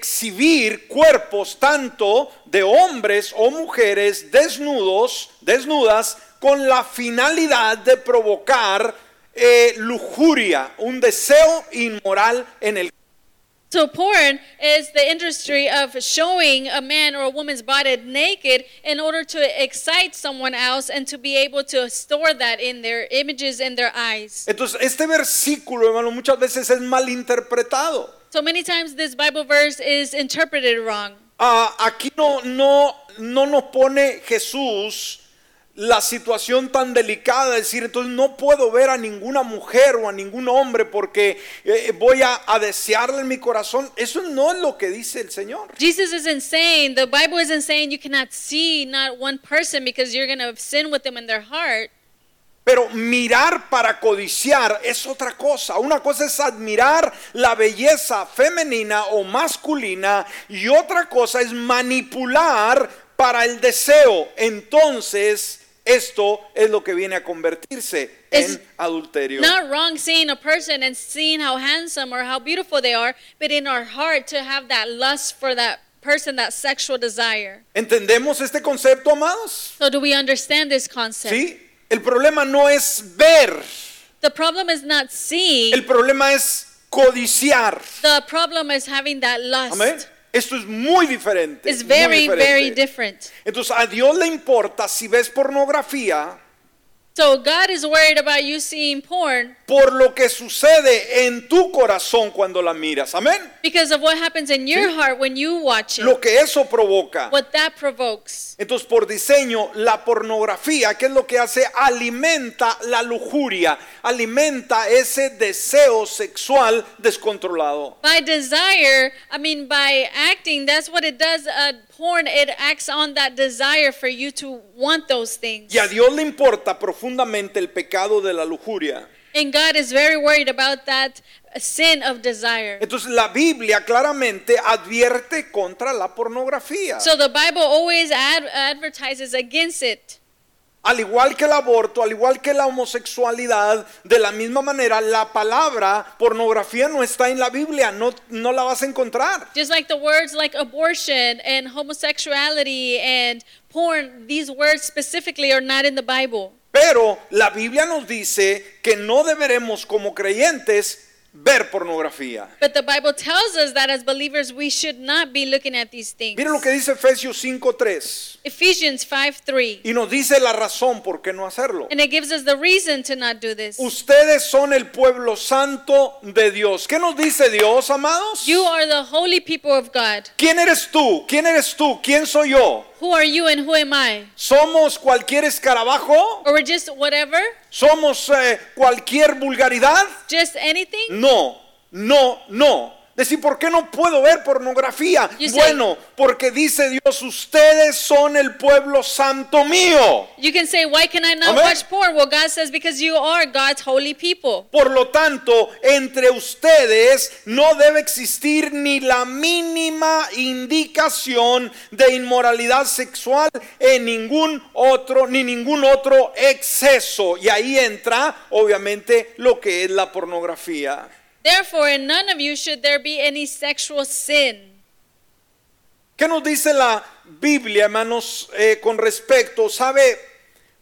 [SPEAKER 2] exhibir cuerpos tanto de hombres o mujeres desnudos, desnudas, con la finalidad de provocar eh, lujuria, un deseo inmoral en el
[SPEAKER 1] So porn is the industry of showing a man or a woman's body naked in order to excite someone else and to be able to store that in their images in their eyes.
[SPEAKER 2] Entonces, este versículo, hermano, muchas veces es malinterpretado.
[SPEAKER 1] So many times this Bible verse is interpreted wrong.
[SPEAKER 2] Ah, aquí no, no, no nos pone Jesús la situación tan delicada, es decir, entonces no puedo ver a ninguna mujer o a ningún hombre porque eh, voy a, a desearle en mi corazón. Eso no es lo que dice el Señor.
[SPEAKER 1] Jesus isn't saying, the Bible isn't saying you cannot see not one person because you're going to sin with them in their heart.
[SPEAKER 2] Pero mirar para codiciar es otra cosa. Una cosa es admirar la belleza femenina o masculina y otra cosa es manipular para el deseo. Entonces, esto es lo que viene a convertirse
[SPEAKER 1] Es-
[SPEAKER 2] en adulterio.
[SPEAKER 1] Not wrong seeing a person and seeing how handsome or how beautiful they are, but in our heart to have that lust for that person, that sexual desire.
[SPEAKER 2] ¿Entendemos este concepto, amados?
[SPEAKER 1] So, do we understand this concept?
[SPEAKER 2] ¿Sí? El problema no es ver,
[SPEAKER 1] The problem is not seeing,
[SPEAKER 2] el problema es codiciar.
[SPEAKER 1] the problem is having that lust.
[SPEAKER 2] Amén. Esto es muy diferente.
[SPEAKER 1] It's
[SPEAKER 2] muy
[SPEAKER 1] very, very
[SPEAKER 2] diferente.
[SPEAKER 1] different.
[SPEAKER 2] Entonces a Dios le importa si ves pornografía
[SPEAKER 1] So, God is worried about you seeing porn
[SPEAKER 2] por lo que sucede en tu corazón cuando la miras. Amén.
[SPEAKER 1] because of what happens in your heart when you watch it.
[SPEAKER 2] Lo que eso provoca.
[SPEAKER 1] what that provokes.
[SPEAKER 2] Entonces por diseño la pornografía, ¿qué es lo que hace? Alimenta la lujuria, alimenta ese deseo sexual descontrolado.
[SPEAKER 1] By desire, I mean by acting, that's what it does. Uh, porn, it acts on that desire for you to want those things.
[SPEAKER 2] Y a Dios le importa profundamente el pecado de la lujuria.
[SPEAKER 1] And God is very worried about that sin of desire.
[SPEAKER 2] Entonces la Biblia claramente advierte contra la pornografía.
[SPEAKER 1] So the Bible always ad- advertises against it.
[SPEAKER 2] Al igual que el aborto, al igual que la homosexualidad, de la misma manera, la palabra pornografía no está en la Biblia, no, no la vas a encontrar.
[SPEAKER 1] Just like the words like abortion and homosexuality and porn, these words specifically are not in the Bible.
[SPEAKER 2] Pero la Biblia nos dice que no deberemos como creyentes ver pornografía.
[SPEAKER 1] But the Bible tells us that as believers, we should not be looking at these things.
[SPEAKER 2] Mira lo que dice Efesios 5.3
[SPEAKER 1] Ephesians 5 3.
[SPEAKER 2] y nos dice la razón por qué no hacerlo.
[SPEAKER 1] And it gives us the reason to not do this.
[SPEAKER 2] Ustedes son el pueblo santo de Dios. ¿Qué nos dice Dios, amados?
[SPEAKER 1] You are the holy people of God.
[SPEAKER 2] ¿Quién eres tú? ¿Quién eres tú? ¿Quién soy yo?
[SPEAKER 1] Who are you and who am I?
[SPEAKER 2] ¿Somos cualquier escarabajo?
[SPEAKER 1] Or we're just whatever?
[SPEAKER 2] ¿Somos eh, cualquier vulgaridad?
[SPEAKER 1] Just
[SPEAKER 2] Mm.
[SPEAKER 1] anything?
[SPEAKER 2] No, no, no. Decir, ¿por qué no puedo ver pornografía?
[SPEAKER 1] You say-
[SPEAKER 2] Bueno, porque dice Dios, ustedes son el pueblo santo mío.
[SPEAKER 1] You can say, why can I not
[SPEAKER 2] Amen.
[SPEAKER 1] watch porn? Well, God says, because you are God's holy people.
[SPEAKER 2] Por lo tanto, entre ustedes no debe existir ni la mínima indicación de inmoralidad sexual en ningún otro, ni ningún otro exceso. Y ahí entra, obviamente, lo que es la pornografía.
[SPEAKER 1] Therefore, in none of you should there be any sexual sin.
[SPEAKER 2] ¿Qué nos dice la Biblia, hermanos, eh, con respecto? ¿Sabe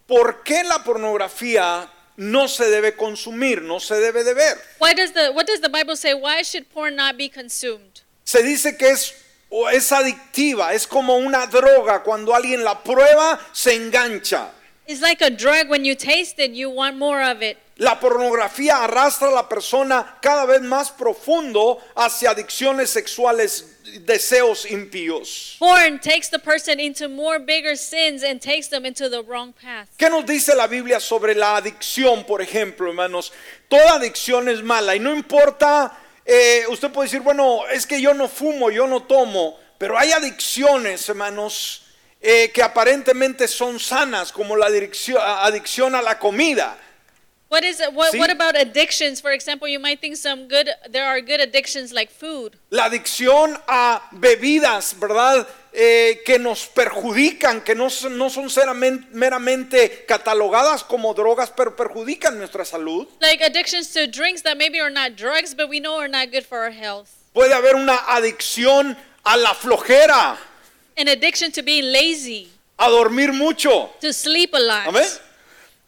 [SPEAKER 2] por qué la pornografía no se debe consumir, no se debe de ver?
[SPEAKER 1] Why does the what does the Bible say? Why should porn not be consumed?
[SPEAKER 2] Se dice que es, o es adictiva, es como una droga. Cuando alguien la prueba, se engancha.
[SPEAKER 1] It's like a drug. When you taste it, you want more of it.
[SPEAKER 2] La pornografía arrastra a la persona cada vez más profundo hacia adicciones sexuales, deseos impíos.
[SPEAKER 1] Porn takes the person into more bigger sins and takes them into the wrong path.
[SPEAKER 2] ¿Qué nos dice la Biblia sobre la adicción, por ejemplo, hermanos? Toda adicción es mala y no importa, eh, usted puede decir, bueno, es que yo no fumo, yo no tomo, pero hay adicciones, hermanos, eh, que aparentemente son sanas, como la adicción, adicción a la comida.
[SPEAKER 1] What is it? What,
[SPEAKER 2] See?
[SPEAKER 1] what about addictions? For example, you might think some good. There are good addictions like food.
[SPEAKER 2] La adicción a bebidas, ¿verdad? Eh, que nos perjudican, que no, son- no son seramen- meramente catalogadas como drogas, pero perjudican nuestra salud.
[SPEAKER 1] Like addictions to drinks that maybe are not drugs, but we know are not good for our health.
[SPEAKER 2] Puede haber una adicción a la flojera,
[SPEAKER 1] An addiction to being lazy,
[SPEAKER 2] a dormir mucho.
[SPEAKER 1] to sleep a lot.
[SPEAKER 2] Amén.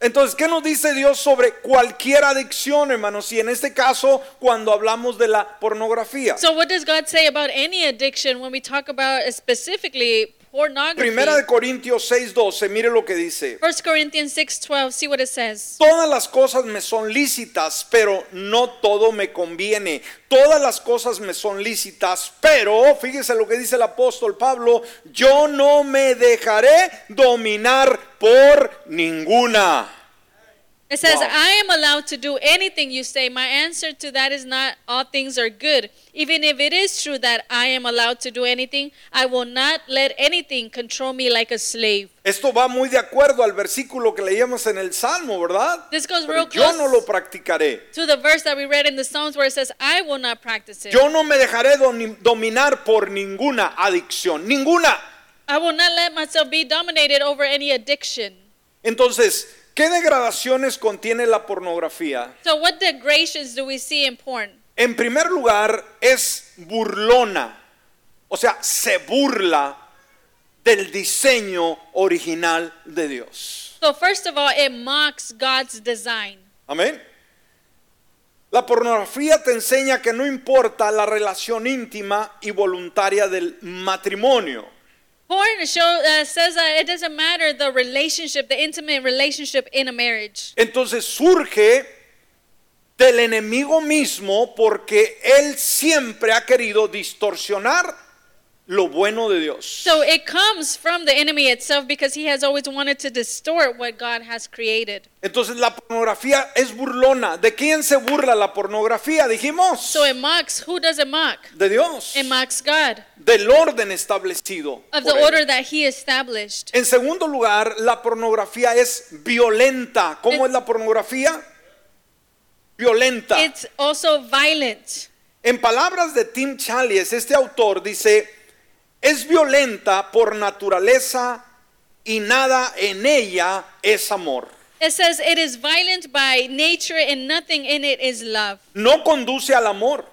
[SPEAKER 2] Entonces, ¿qué nos dice Dios sobre cualquier adicción, hermanos? Y en este caso, cuando hablamos de la pornografía.
[SPEAKER 1] So what does God say about any addiction when we talk about uh, specifically pornography?
[SPEAKER 2] Primera de Corintios 6:12, mire lo que dice.
[SPEAKER 1] 1 Corinthians 6:12, see what it says.
[SPEAKER 2] Todas las cosas me son lícitas, pero no todo me conviene. Todas las cosas me son lícitas, pero fíjese lo que dice el apóstol Pablo, yo no me dejaré dominar por ninguna.
[SPEAKER 1] It says,
[SPEAKER 2] Wow.
[SPEAKER 1] "I am allowed to do anything you say. My answer to that is not all things are good. Even if it is true that I am allowed to do anything, I will not let anything control me like a slave."
[SPEAKER 2] Esto va muy de acuerdo al versículo que leíamos en el Salmo, ¿verdad?
[SPEAKER 1] This goes
[SPEAKER 2] Pero
[SPEAKER 1] real
[SPEAKER 2] yo
[SPEAKER 1] close.
[SPEAKER 2] no lo practicaré.
[SPEAKER 1] To the verse that we read in the Psalms where it says, "I will not practice it.
[SPEAKER 2] Yo no me dejaré doni- dominar por ninguna adicción, ninguna.
[SPEAKER 1] I will not let myself be dominated over any addiction."
[SPEAKER 2] Entonces, ¿qué degradaciones contiene la pornografía?
[SPEAKER 1] So what degradations do we see in porn?
[SPEAKER 2] En primer lugar, es burlona. O sea, se burla del diseño original de Dios.
[SPEAKER 1] So first of all, it mocks God's design.
[SPEAKER 2] Amén. La pornografía te enseña que no importa la relación íntima y voluntaria del matrimonio.
[SPEAKER 1] Porn show, uh, says that it doesn't matter the relationship, the intimate relationship in a marriage.
[SPEAKER 2] Entonces surge del enemigo mismo porque él siempre ha querido distorsionar lo bueno de Dios.
[SPEAKER 1] So it comes from the enemy itself because he has always wanted to distort what God has created.
[SPEAKER 2] Entonces la pornografía es burlona. ¿De quién se burla la pornografía? Dijimos.
[SPEAKER 1] So em- it mocks. Who does it mock?
[SPEAKER 2] de Dios.
[SPEAKER 1] It mocks God
[SPEAKER 2] Del orden establecido. por
[SPEAKER 1] of the
[SPEAKER 2] él.
[SPEAKER 1] order that he established.
[SPEAKER 2] En segundo lugar, la pornografía es violenta. ¿Cómo
[SPEAKER 1] It-
[SPEAKER 2] es la pornografía? Violenta.
[SPEAKER 1] It's also violent.
[SPEAKER 2] En palabras de Tim Chalies, este autor dice, es violenta por naturaleza y nada en ella es amor.
[SPEAKER 1] It says it is violent by nature and nothing in it is love.
[SPEAKER 2] No conduce al amor,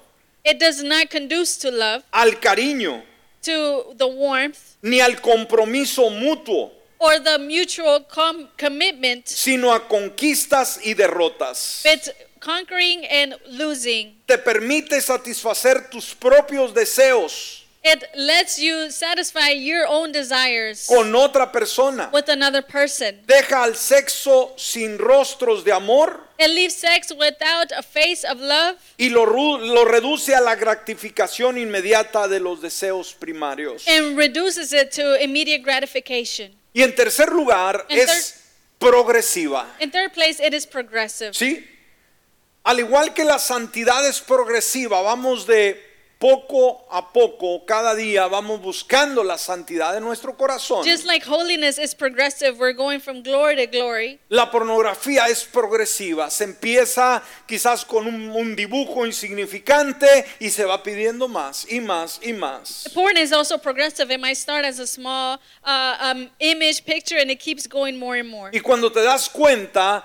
[SPEAKER 1] It does not conduce to love,
[SPEAKER 2] al cariño,
[SPEAKER 1] to the warmth,
[SPEAKER 2] ni al compromiso mutuo,
[SPEAKER 1] or the mutual com- commitment
[SPEAKER 2] sino a conquistas y derrotas.
[SPEAKER 1] with conquering and losing.
[SPEAKER 2] Te permite satisfacer tus propios deseos,
[SPEAKER 1] It lets you satisfy your own desires
[SPEAKER 2] con otra persona.
[SPEAKER 1] with another person.
[SPEAKER 2] Deja al sexo sin rostros de amor
[SPEAKER 1] It leaves sex without a face of love
[SPEAKER 2] y lo, ru- lo reduce a la gratificación inmediata de los deseos primarios.
[SPEAKER 1] and reduces it to immediate gratification.
[SPEAKER 2] Y en tercer lugar,
[SPEAKER 1] En ter-
[SPEAKER 2] es progresiva.
[SPEAKER 1] In third place, it is progressive.
[SPEAKER 2] ¿Sí? Al igual que la santidad es progresiva, vamos de poco a poco, cada día vamos buscando la santidad de nuestro corazón.
[SPEAKER 1] Just like holiness is progressive, we're going from glory to glory.
[SPEAKER 2] La pornografía es progresiva, se empieza quizás con un, un dibujo insignificante y se va pidiendo más y más y más.
[SPEAKER 1] Porn is also progressive. It might start as a small uh, um, image picture and it keeps going more and more.
[SPEAKER 2] Y cuando te das cuenta,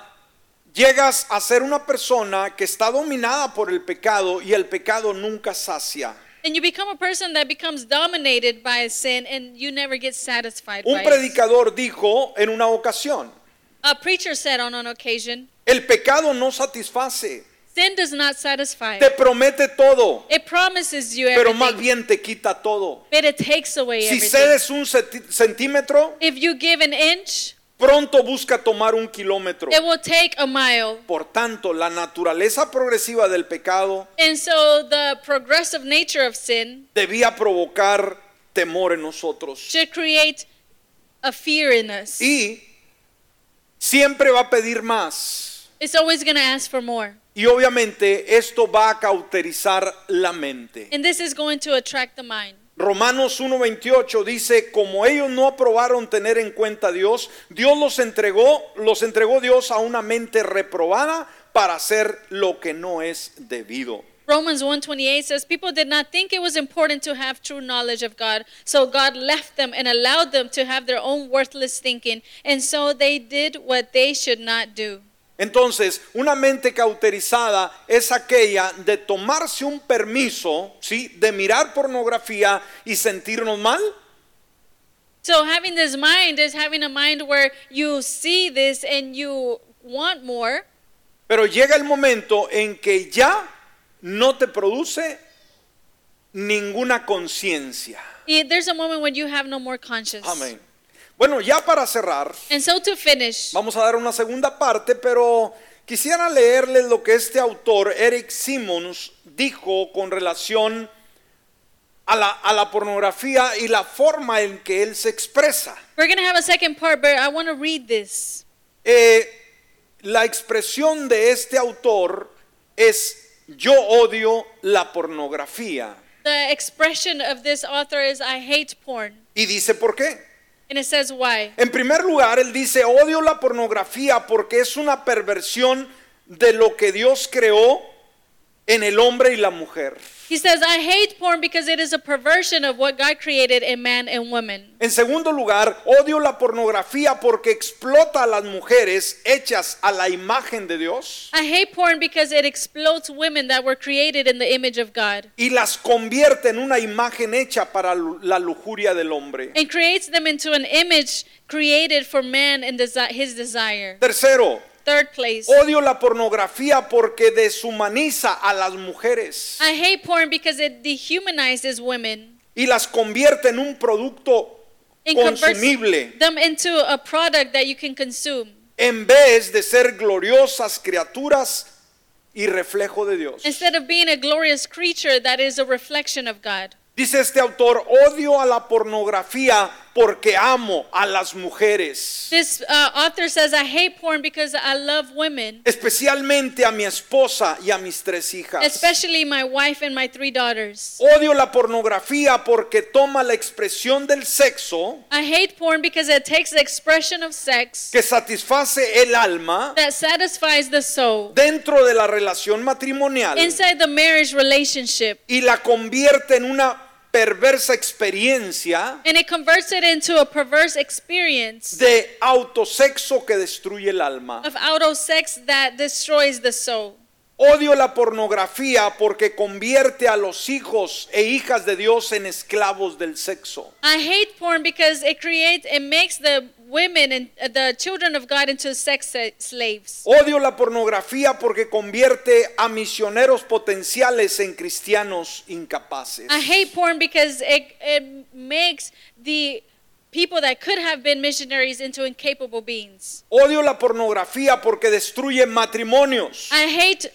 [SPEAKER 2] llegas a ser una persona que está dominada por el pecado y el pecado nunca sacia.
[SPEAKER 1] And you become a person that becomes dominated by sin and you never get satisfied
[SPEAKER 2] Un
[SPEAKER 1] by it.
[SPEAKER 2] predicador dijo en una ocasión,
[SPEAKER 1] A preacher said on an occasion,
[SPEAKER 2] el pecado no satisface,
[SPEAKER 1] sin does not satisfy.
[SPEAKER 2] te promete todo,
[SPEAKER 1] It promises you
[SPEAKER 2] pero más
[SPEAKER 1] everything,
[SPEAKER 2] bien te quita todo.
[SPEAKER 1] but it takes away
[SPEAKER 2] Si
[SPEAKER 1] everything.
[SPEAKER 2] cedes un centi- centímetro,
[SPEAKER 1] If you give an inch,
[SPEAKER 2] pronto busca tomar un kilómetro.
[SPEAKER 1] it will take a mile.
[SPEAKER 2] Por tanto, la naturaleza progresiva del pecado
[SPEAKER 1] And so the progressive nature of sin
[SPEAKER 2] debía provocar temor en nosotros.
[SPEAKER 1] should create a fear in us.
[SPEAKER 2] Y siempre va a pedir más.
[SPEAKER 1] It's always going to ask for more.
[SPEAKER 2] Y obviamente esto va a cauterizar la mente.
[SPEAKER 1] And this is going to attract the mind.
[SPEAKER 2] Romanos 1:28 dice, como ellos no aprobaron tener en cuenta a Dios, Dios los entregó, los entregó Dios a una mente reprobada para hacer lo que no es debido.
[SPEAKER 1] Romans 1:28 says people did not think it was important to have true knowledge of God, so God left them and allowed them to have their own worthless thinking, and so they did what they should not do.
[SPEAKER 2] Entonces, una mente cauterizada es aquella de tomarse un permiso, ¿sí? De mirar pornografía y sentirnos mal,
[SPEAKER 1] So having this mind is having a mind where you see this and you want more,
[SPEAKER 2] pero llega el momento en que ya no te produce ninguna conciencia.
[SPEAKER 1] Eh, there's a moment when you have no more conscience.
[SPEAKER 2] Amén. Bueno, ya para cerrar,
[SPEAKER 1] And so to finish,
[SPEAKER 2] vamos a dar una segunda parte, pero quisiera leerles lo que este autor, Eric Simmons, dijo con relación a la, a la pornografía y la forma en que él se expresa.
[SPEAKER 1] we're going to have a second part, but I want to read this.
[SPEAKER 2] Eh, la expresión de este autor es yo odio la pornografía.
[SPEAKER 1] The expression of this author is I hate porn.
[SPEAKER 2] Y dice por qué.
[SPEAKER 1] And it says why?
[SPEAKER 2] En primer lugar, él dice, odio la pornografía porque es una perversión de lo que Dios creó en el hombre y la mujer.
[SPEAKER 1] He says, I hate porn because it is a perversion of what God created in man and woman.
[SPEAKER 2] En segundo lugar, odio la pornografía porque explota a las mujeres hechas a la imagen de Dios
[SPEAKER 1] I hate porn because it explodes women that were created in the image of God
[SPEAKER 2] y las convierte en una imagen hecha para lu- la lujuria del hombre.
[SPEAKER 1] and creates them into an image created for man and desi- his desire.
[SPEAKER 2] Tercero,
[SPEAKER 1] Third place.
[SPEAKER 2] odio la pornografía porque deshumaniza a las mujeres
[SPEAKER 1] I hate porn because it dehumanizes women
[SPEAKER 2] y las convierte en un producto
[SPEAKER 1] and converts
[SPEAKER 2] consumible.
[SPEAKER 1] them into a product that you can consume
[SPEAKER 2] en vez de ser gloriosas criaturas y reflejo de Dios.
[SPEAKER 1] instead of being a glorious creature that is a reflection of God.
[SPEAKER 2] Dice este autor, odio a la pornografía porque amo a las mujeres,
[SPEAKER 1] This uh, author says, I hate porn because I love women.
[SPEAKER 2] especialmente a mi esposa y a mis tres hijas.
[SPEAKER 1] especially my wife and my three daughters.
[SPEAKER 2] Odio la pornografía porque toma la expresión del sexo
[SPEAKER 1] I hate porn because it takes the expression of sex
[SPEAKER 2] que satisface el alma
[SPEAKER 1] that satisfies the soul
[SPEAKER 2] dentro de la relación matrimonial
[SPEAKER 1] inside the marriage relationship
[SPEAKER 2] y la convierte en una perversa experiencia
[SPEAKER 1] and it converts it into a perverse experience
[SPEAKER 2] de autosexo que destruye el alma.
[SPEAKER 1] of auto sex that destroys the soul.
[SPEAKER 2] Odio la pornografía porque convierte a los hijos e hijas de Dios en esclavos del sexo.
[SPEAKER 1] I hate porn because it creates it makes the women and uh, the children of God into sex uh, slaves.
[SPEAKER 2] Odio la pornografía porque convierte a misioneros potenciales en cristianos incapaces.
[SPEAKER 1] I hate porn because it, it makes the people that could have been missionaries into incapable beings.
[SPEAKER 2] Odio la pornografía porque destruye matrimonios.
[SPEAKER 1] I hate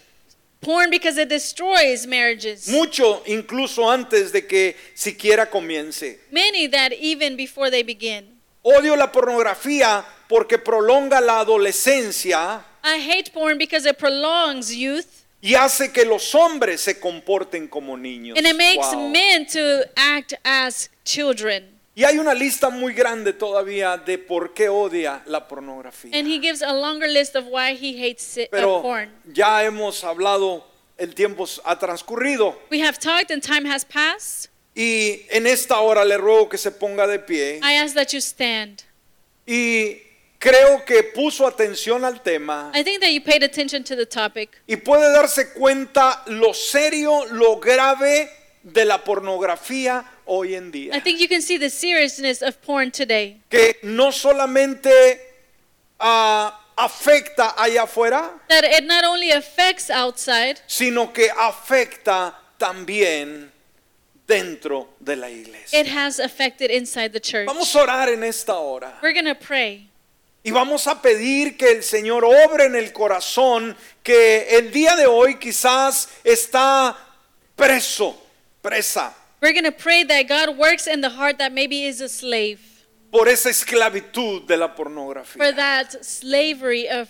[SPEAKER 1] porn because it destroys marriages.
[SPEAKER 2] Mucho incluso antes de que siquiera comience.
[SPEAKER 1] Many that even before they begin.
[SPEAKER 2] Odio la pornografía porque prolonga la adolescencia
[SPEAKER 1] I hate porn because it prolongs youth
[SPEAKER 2] y hace que los hombres se comporten como niños.
[SPEAKER 1] and it makes
[SPEAKER 2] Wow.
[SPEAKER 1] men to act as children.
[SPEAKER 2] Y hay una lista muy grande todavía de por qué odia la pornografía.
[SPEAKER 1] And he gives a longer list of why he hates si- uh,
[SPEAKER 2] Pero
[SPEAKER 1] porn.
[SPEAKER 2] ya hemos hablado, el tiempo ha transcurrido
[SPEAKER 1] We have talked and time has passed.
[SPEAKER 2] y en esta hora le ruego que se ponga de pie.
[SPEAKER 1] I ask that you stand.
[SPEAKER 2] Y creo que puso atención al tema
[SPEAKER 1] I think that you paid attention to the topic.
[SPEAKER 2] y puede darse cuenta lo serio, lo grave de la pornografía hoy en
[SPEAKER 1] I
[SPEAKER 2] día.
[SPEAKER 1] think you can see the seriousness of porn today.
[SPEAKER 2] Que no solamente ah, afecta allá afuera,
[SPEAKER 1] That it not only affects outside,
[SPEAKER 2] sino que afecta también dentro de la iglesia.
[SPEAKER 1] it has affected inside the church.
[SPEAKER 2] Vamos a orar en esta hora.
[SPEAKER 1] We're going to pray.
[SPEAKER 2] Y vamos a pedir que el Señor obre en el corazón que el día de hoy quizás está preso, presa
[SPEAKER 1] We're going to pray that God works in the heart that maybe is a slave
[SPEAKER 2] por esa esclavitud de la
[SPEAKER 1] for
[SPEAKER 2] pornografía.
[SPEAKER 1] that slavery of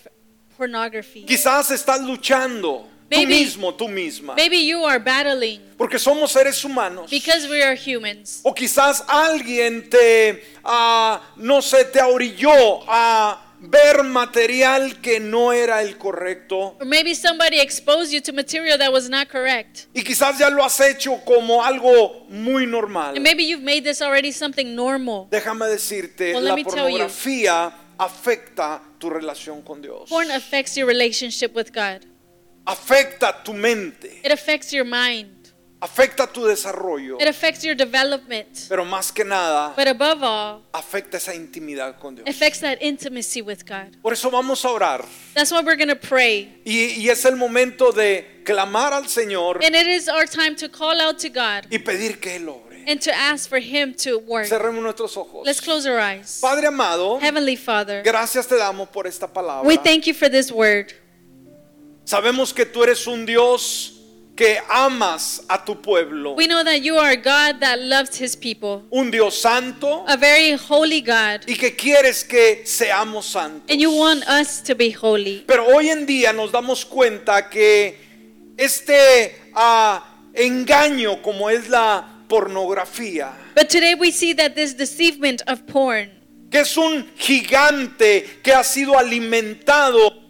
[SPEAKER 1] pornography.
[SPEAKER 2] Quizás estás luchando tú
[SPEAKER 1] Maybe-
[SPEAKER 2] mismo, tú misma,
[SPEAKER 1] Maybe you are battling
[SPEAKER 2] porque somos seres humanos.
[SPEAKER 1] because we are humans.
[SPEAKER 2] O quizás alguien te, ah, no sé, te orilló a ver material que no era el correcto.
[SPEAKER 1] Or maybe somebody exposed you to material that was not correct.
[SPEAKER 2] Y quizás ya lo has hecho como algo muy normal.
[SPEAKER 1] And maybe you've made this already something normal.
[SPEAKER 2] Déjame decirte,
[SPEAKER 1] Well, let
[SPEAKER 2] la
[SPEAKER 1] me tell you.
[SPEAKER 2] pornografía afecta tu relación con Dios.
[SPEAKER 1] Porn affects your relationship with God,
[SPEAKER 2] Afecta tu mente,
[SPEAKER 1] it affects your mind,
[SPEAKER 2] afecta tu desarrollo,
[SPEAKER 1] it affects your development.
[SPEAKER 2] pero más que nada
[SPEAKER 1] But above all,
[SPEAKER 2] afecta esa intimidad con Dios.
[SPEAKER 1] affects that intimacy with God.
[SPEAKER 2] Por eso vamos a orar
[SPEAKER 1] That's why we're going to pray.
[SPEAKER 2] y, y es el momento de clamar al Señor
[SPEAKER 1] And it is our time to call out to God
[SPEAKER 2] y pedir que Él obre.
[SPEAKER 1] and to ask for Him to work.
[SPEAKER 2] Cerremos nuestros ojos.
[SPEAKER 1] Let's close our eyes.
[SPEAKER 2] Padre amado,
[SPEAKER 1] Heavenly Father,
[SPEAKER 2] gracias te damos por esta palabra.
[SPEAKER 1] we thank you for this word.
[SPEAKER 2] Sabemos que tú eres un Dios que amas a tu pueblo.
[SPEAKER 1] We know that you are a God that loves His people,
[SPEAKER 2] Un Dios santo.
[SPEAKER 1] a very holy God.
[SPEAKER 2] y que quieres que seamos santos.
[SPEAKER 1] And you want us to be holy.
[SPEAKER 2] Pero hoy en día nos damos cuenta que este ah, engaño como es la pornografía,
[SPEAKER 1] But today we see that this deceivement of porn,
[SPEAKER 2] que es un gigante que ha sido alimentado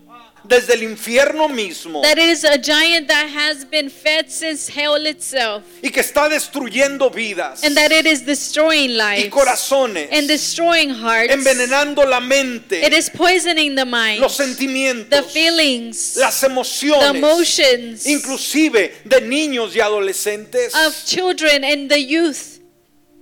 [SPEAKER 2] desde el infierno mismo
[SPEAKER 1] that it is a giant that has been fed since hell itself,
[SPEAKER 2] y que está destruyendo vidas
[SPEAKER 1] and that it is destroying
[SPEAKER 2] y
[SPEAKER 1] lives
[SPEAKER 2] corazones,
[SPEAKER 1] and destroying hearts.
[SPEAKER 2] envenenando la mente,
[SPEAKER 1] It is poisoning the mind,
[SPEAKER 2] los
[SPEAKER 1] the
[SPEAKER 2] sentimientos,
[SPEAKER 1] feelings,
[SPEAKER 2] las
[SPEAKER 1] the
[SPEAKER 2] emociones,
[SPEAKER 1] emotions
[SPEAKER 2] inclusive de niños y adolescentes.
[SPEAKER 1] of children and the youth.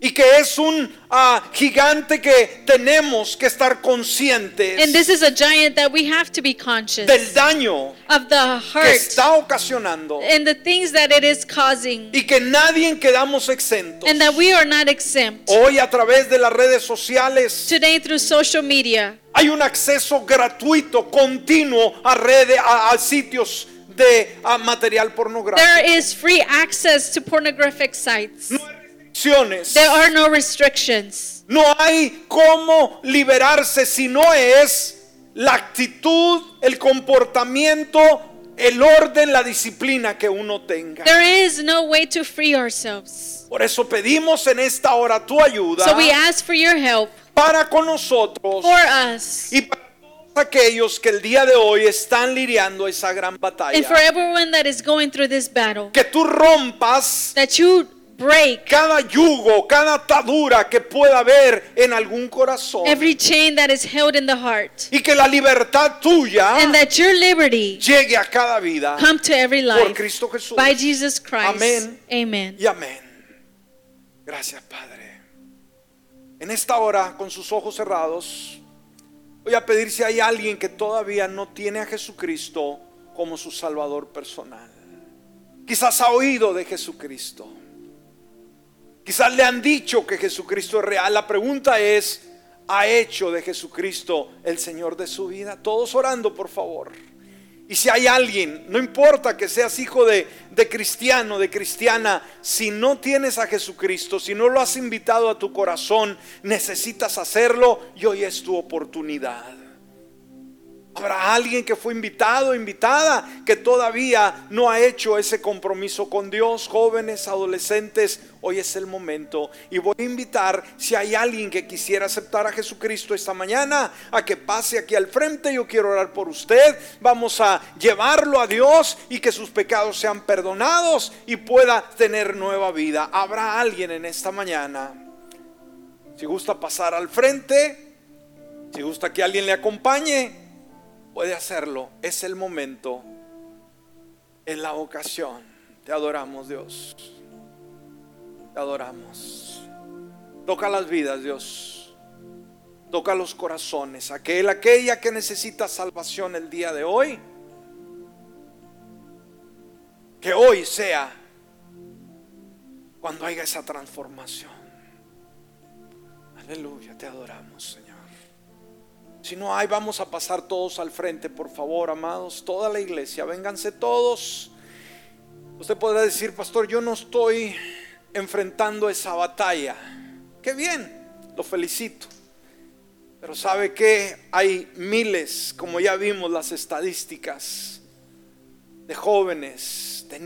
[SPEAKER 2] Y que es un ah, gigante que tenemos que estar conscientes
[SPEAKER 1] And this is a giant that we have to be
[SPEAKER 2] del
[SPEAKER 1] conscious
[SPEAKER 2] daño
[SPEAKER 1] of the
[SPEAKER 2] que
[SPEAKER 1] heart
[SPEAKER 2] está ocasionando
[SPEAKER 1] and the things that it is causing,
[SPEAKER 2] y que nadie quedamos exentos.
[SPEAKER 1] and that we are not exempt.
[SPEAKER 2] Hoy a través de las redes sociales
[SPEAKER 1] Today, through social media,
[SPEAKER 2] hay un acceso gratuito, continuo a redes, a, a sitios de a material pornográfico.
[SPEAKER 1] There is free access to pornographic sites.
[SPEAKER 2] No hay restricciones.
[SPEAKER 1] There are no restrictions.
[SPEAKER 2] No hay cómo liberarse si no es la actitud, el comportamiento, el orden, la disciplina que uno tenga.
[SPEAKER 1] There is no way to free ourselves.
[SPEAKER 2] Por eso pedimos en esta hora tu ayuda
[SPEAKER 1] So we ask for your help
[SPEAKER 2] para con nosotros
[SPEAKER 1] for us
[SPEAKER 2] y para todos aquellos que el día de hoy están lidiando esa gran
[SPEAKER 1] and for
[SPEAKER 2] batalla.
[SPEAKER 1] everyone that is going through this battle.
[SPEAKER 2] Que tú rompas
[SPEAKER 1] That you break
[SPEAKER 2] cada yugo, cada atadura que pueda haber en algún corazón
[SPEAKER 1] every chain that is held in the heart
[SPEAKER 2] y que la libertad tuya
[SPEAKER 1] and that your liberty
[SPEAKER 2] llegue a cada vida.
[SPEAKER 1] come to every
[SPEAKER 2] por
[SPEAKER 1] life
[SPEAKER 2] Cristo Jesús.
[SPEAKER 1] by Jesus Christ.
[SPEAKER 2] Amén.
[SPEAKER 1] Amen.
[SPEAKER 2] Y amén. Gracias, Padre. En esta hora, con sus ojos cerrados, Voy a pedir si hay alguien que todavía no tiene a Jesucristo como su Salvador personal. Quizás ha oído de Jesucristo. Quizás le han dicho que Jesucristo es real. La pregunta es, ¿ha hecho de Jesucristo el Señor de su vida? Todos orando, por favor. Y si hay alguien, no importa que seas hijo de, de cristiano, de cristiana, si no tienes a Jesucristo, si no lo has invitado a tu corazón, necesitas hacerlo y hoy es tu oportunidad. Habrá alguien que fue invitado, invitada, que todavía no ha hecho ese compromiso con Dios, jóvenes, adolescentes, hoy es el momento. Y voy a invitar, si hay alguien que quisiera aceptar a Jesucristo esta mañana, a que pase aquí al frente, yo quiero orar por usted, vamos a llevarlo a Dios y que sus pecados sean perdonados y pueda tener nueva vida. Habrá alguien en esta mañana, si gusta pasar al frente, si gusta que alguien le acompañe puede hacerlo. Es el momento, es la ocasión. Te adoramos, Dios. Te adoramos. Toca las vidas, Dios. Toca los corazones. Aquel, aquella que necesita salvación el día de hoy. Que hoy sea cuando haya esa transformación. Aleluya, te adoramos, Señor. Si no hay, vamos a pasar todos al frente, por favor, amados, toda la iglesia, vénganse todos. Usted podrá decir, pastor, yo no estoy enfrentando esa batalla. Qué bien, lo felicito. Pero sabe que hay miles, como ya vimos las estadísticas, de jóvenes, de niños.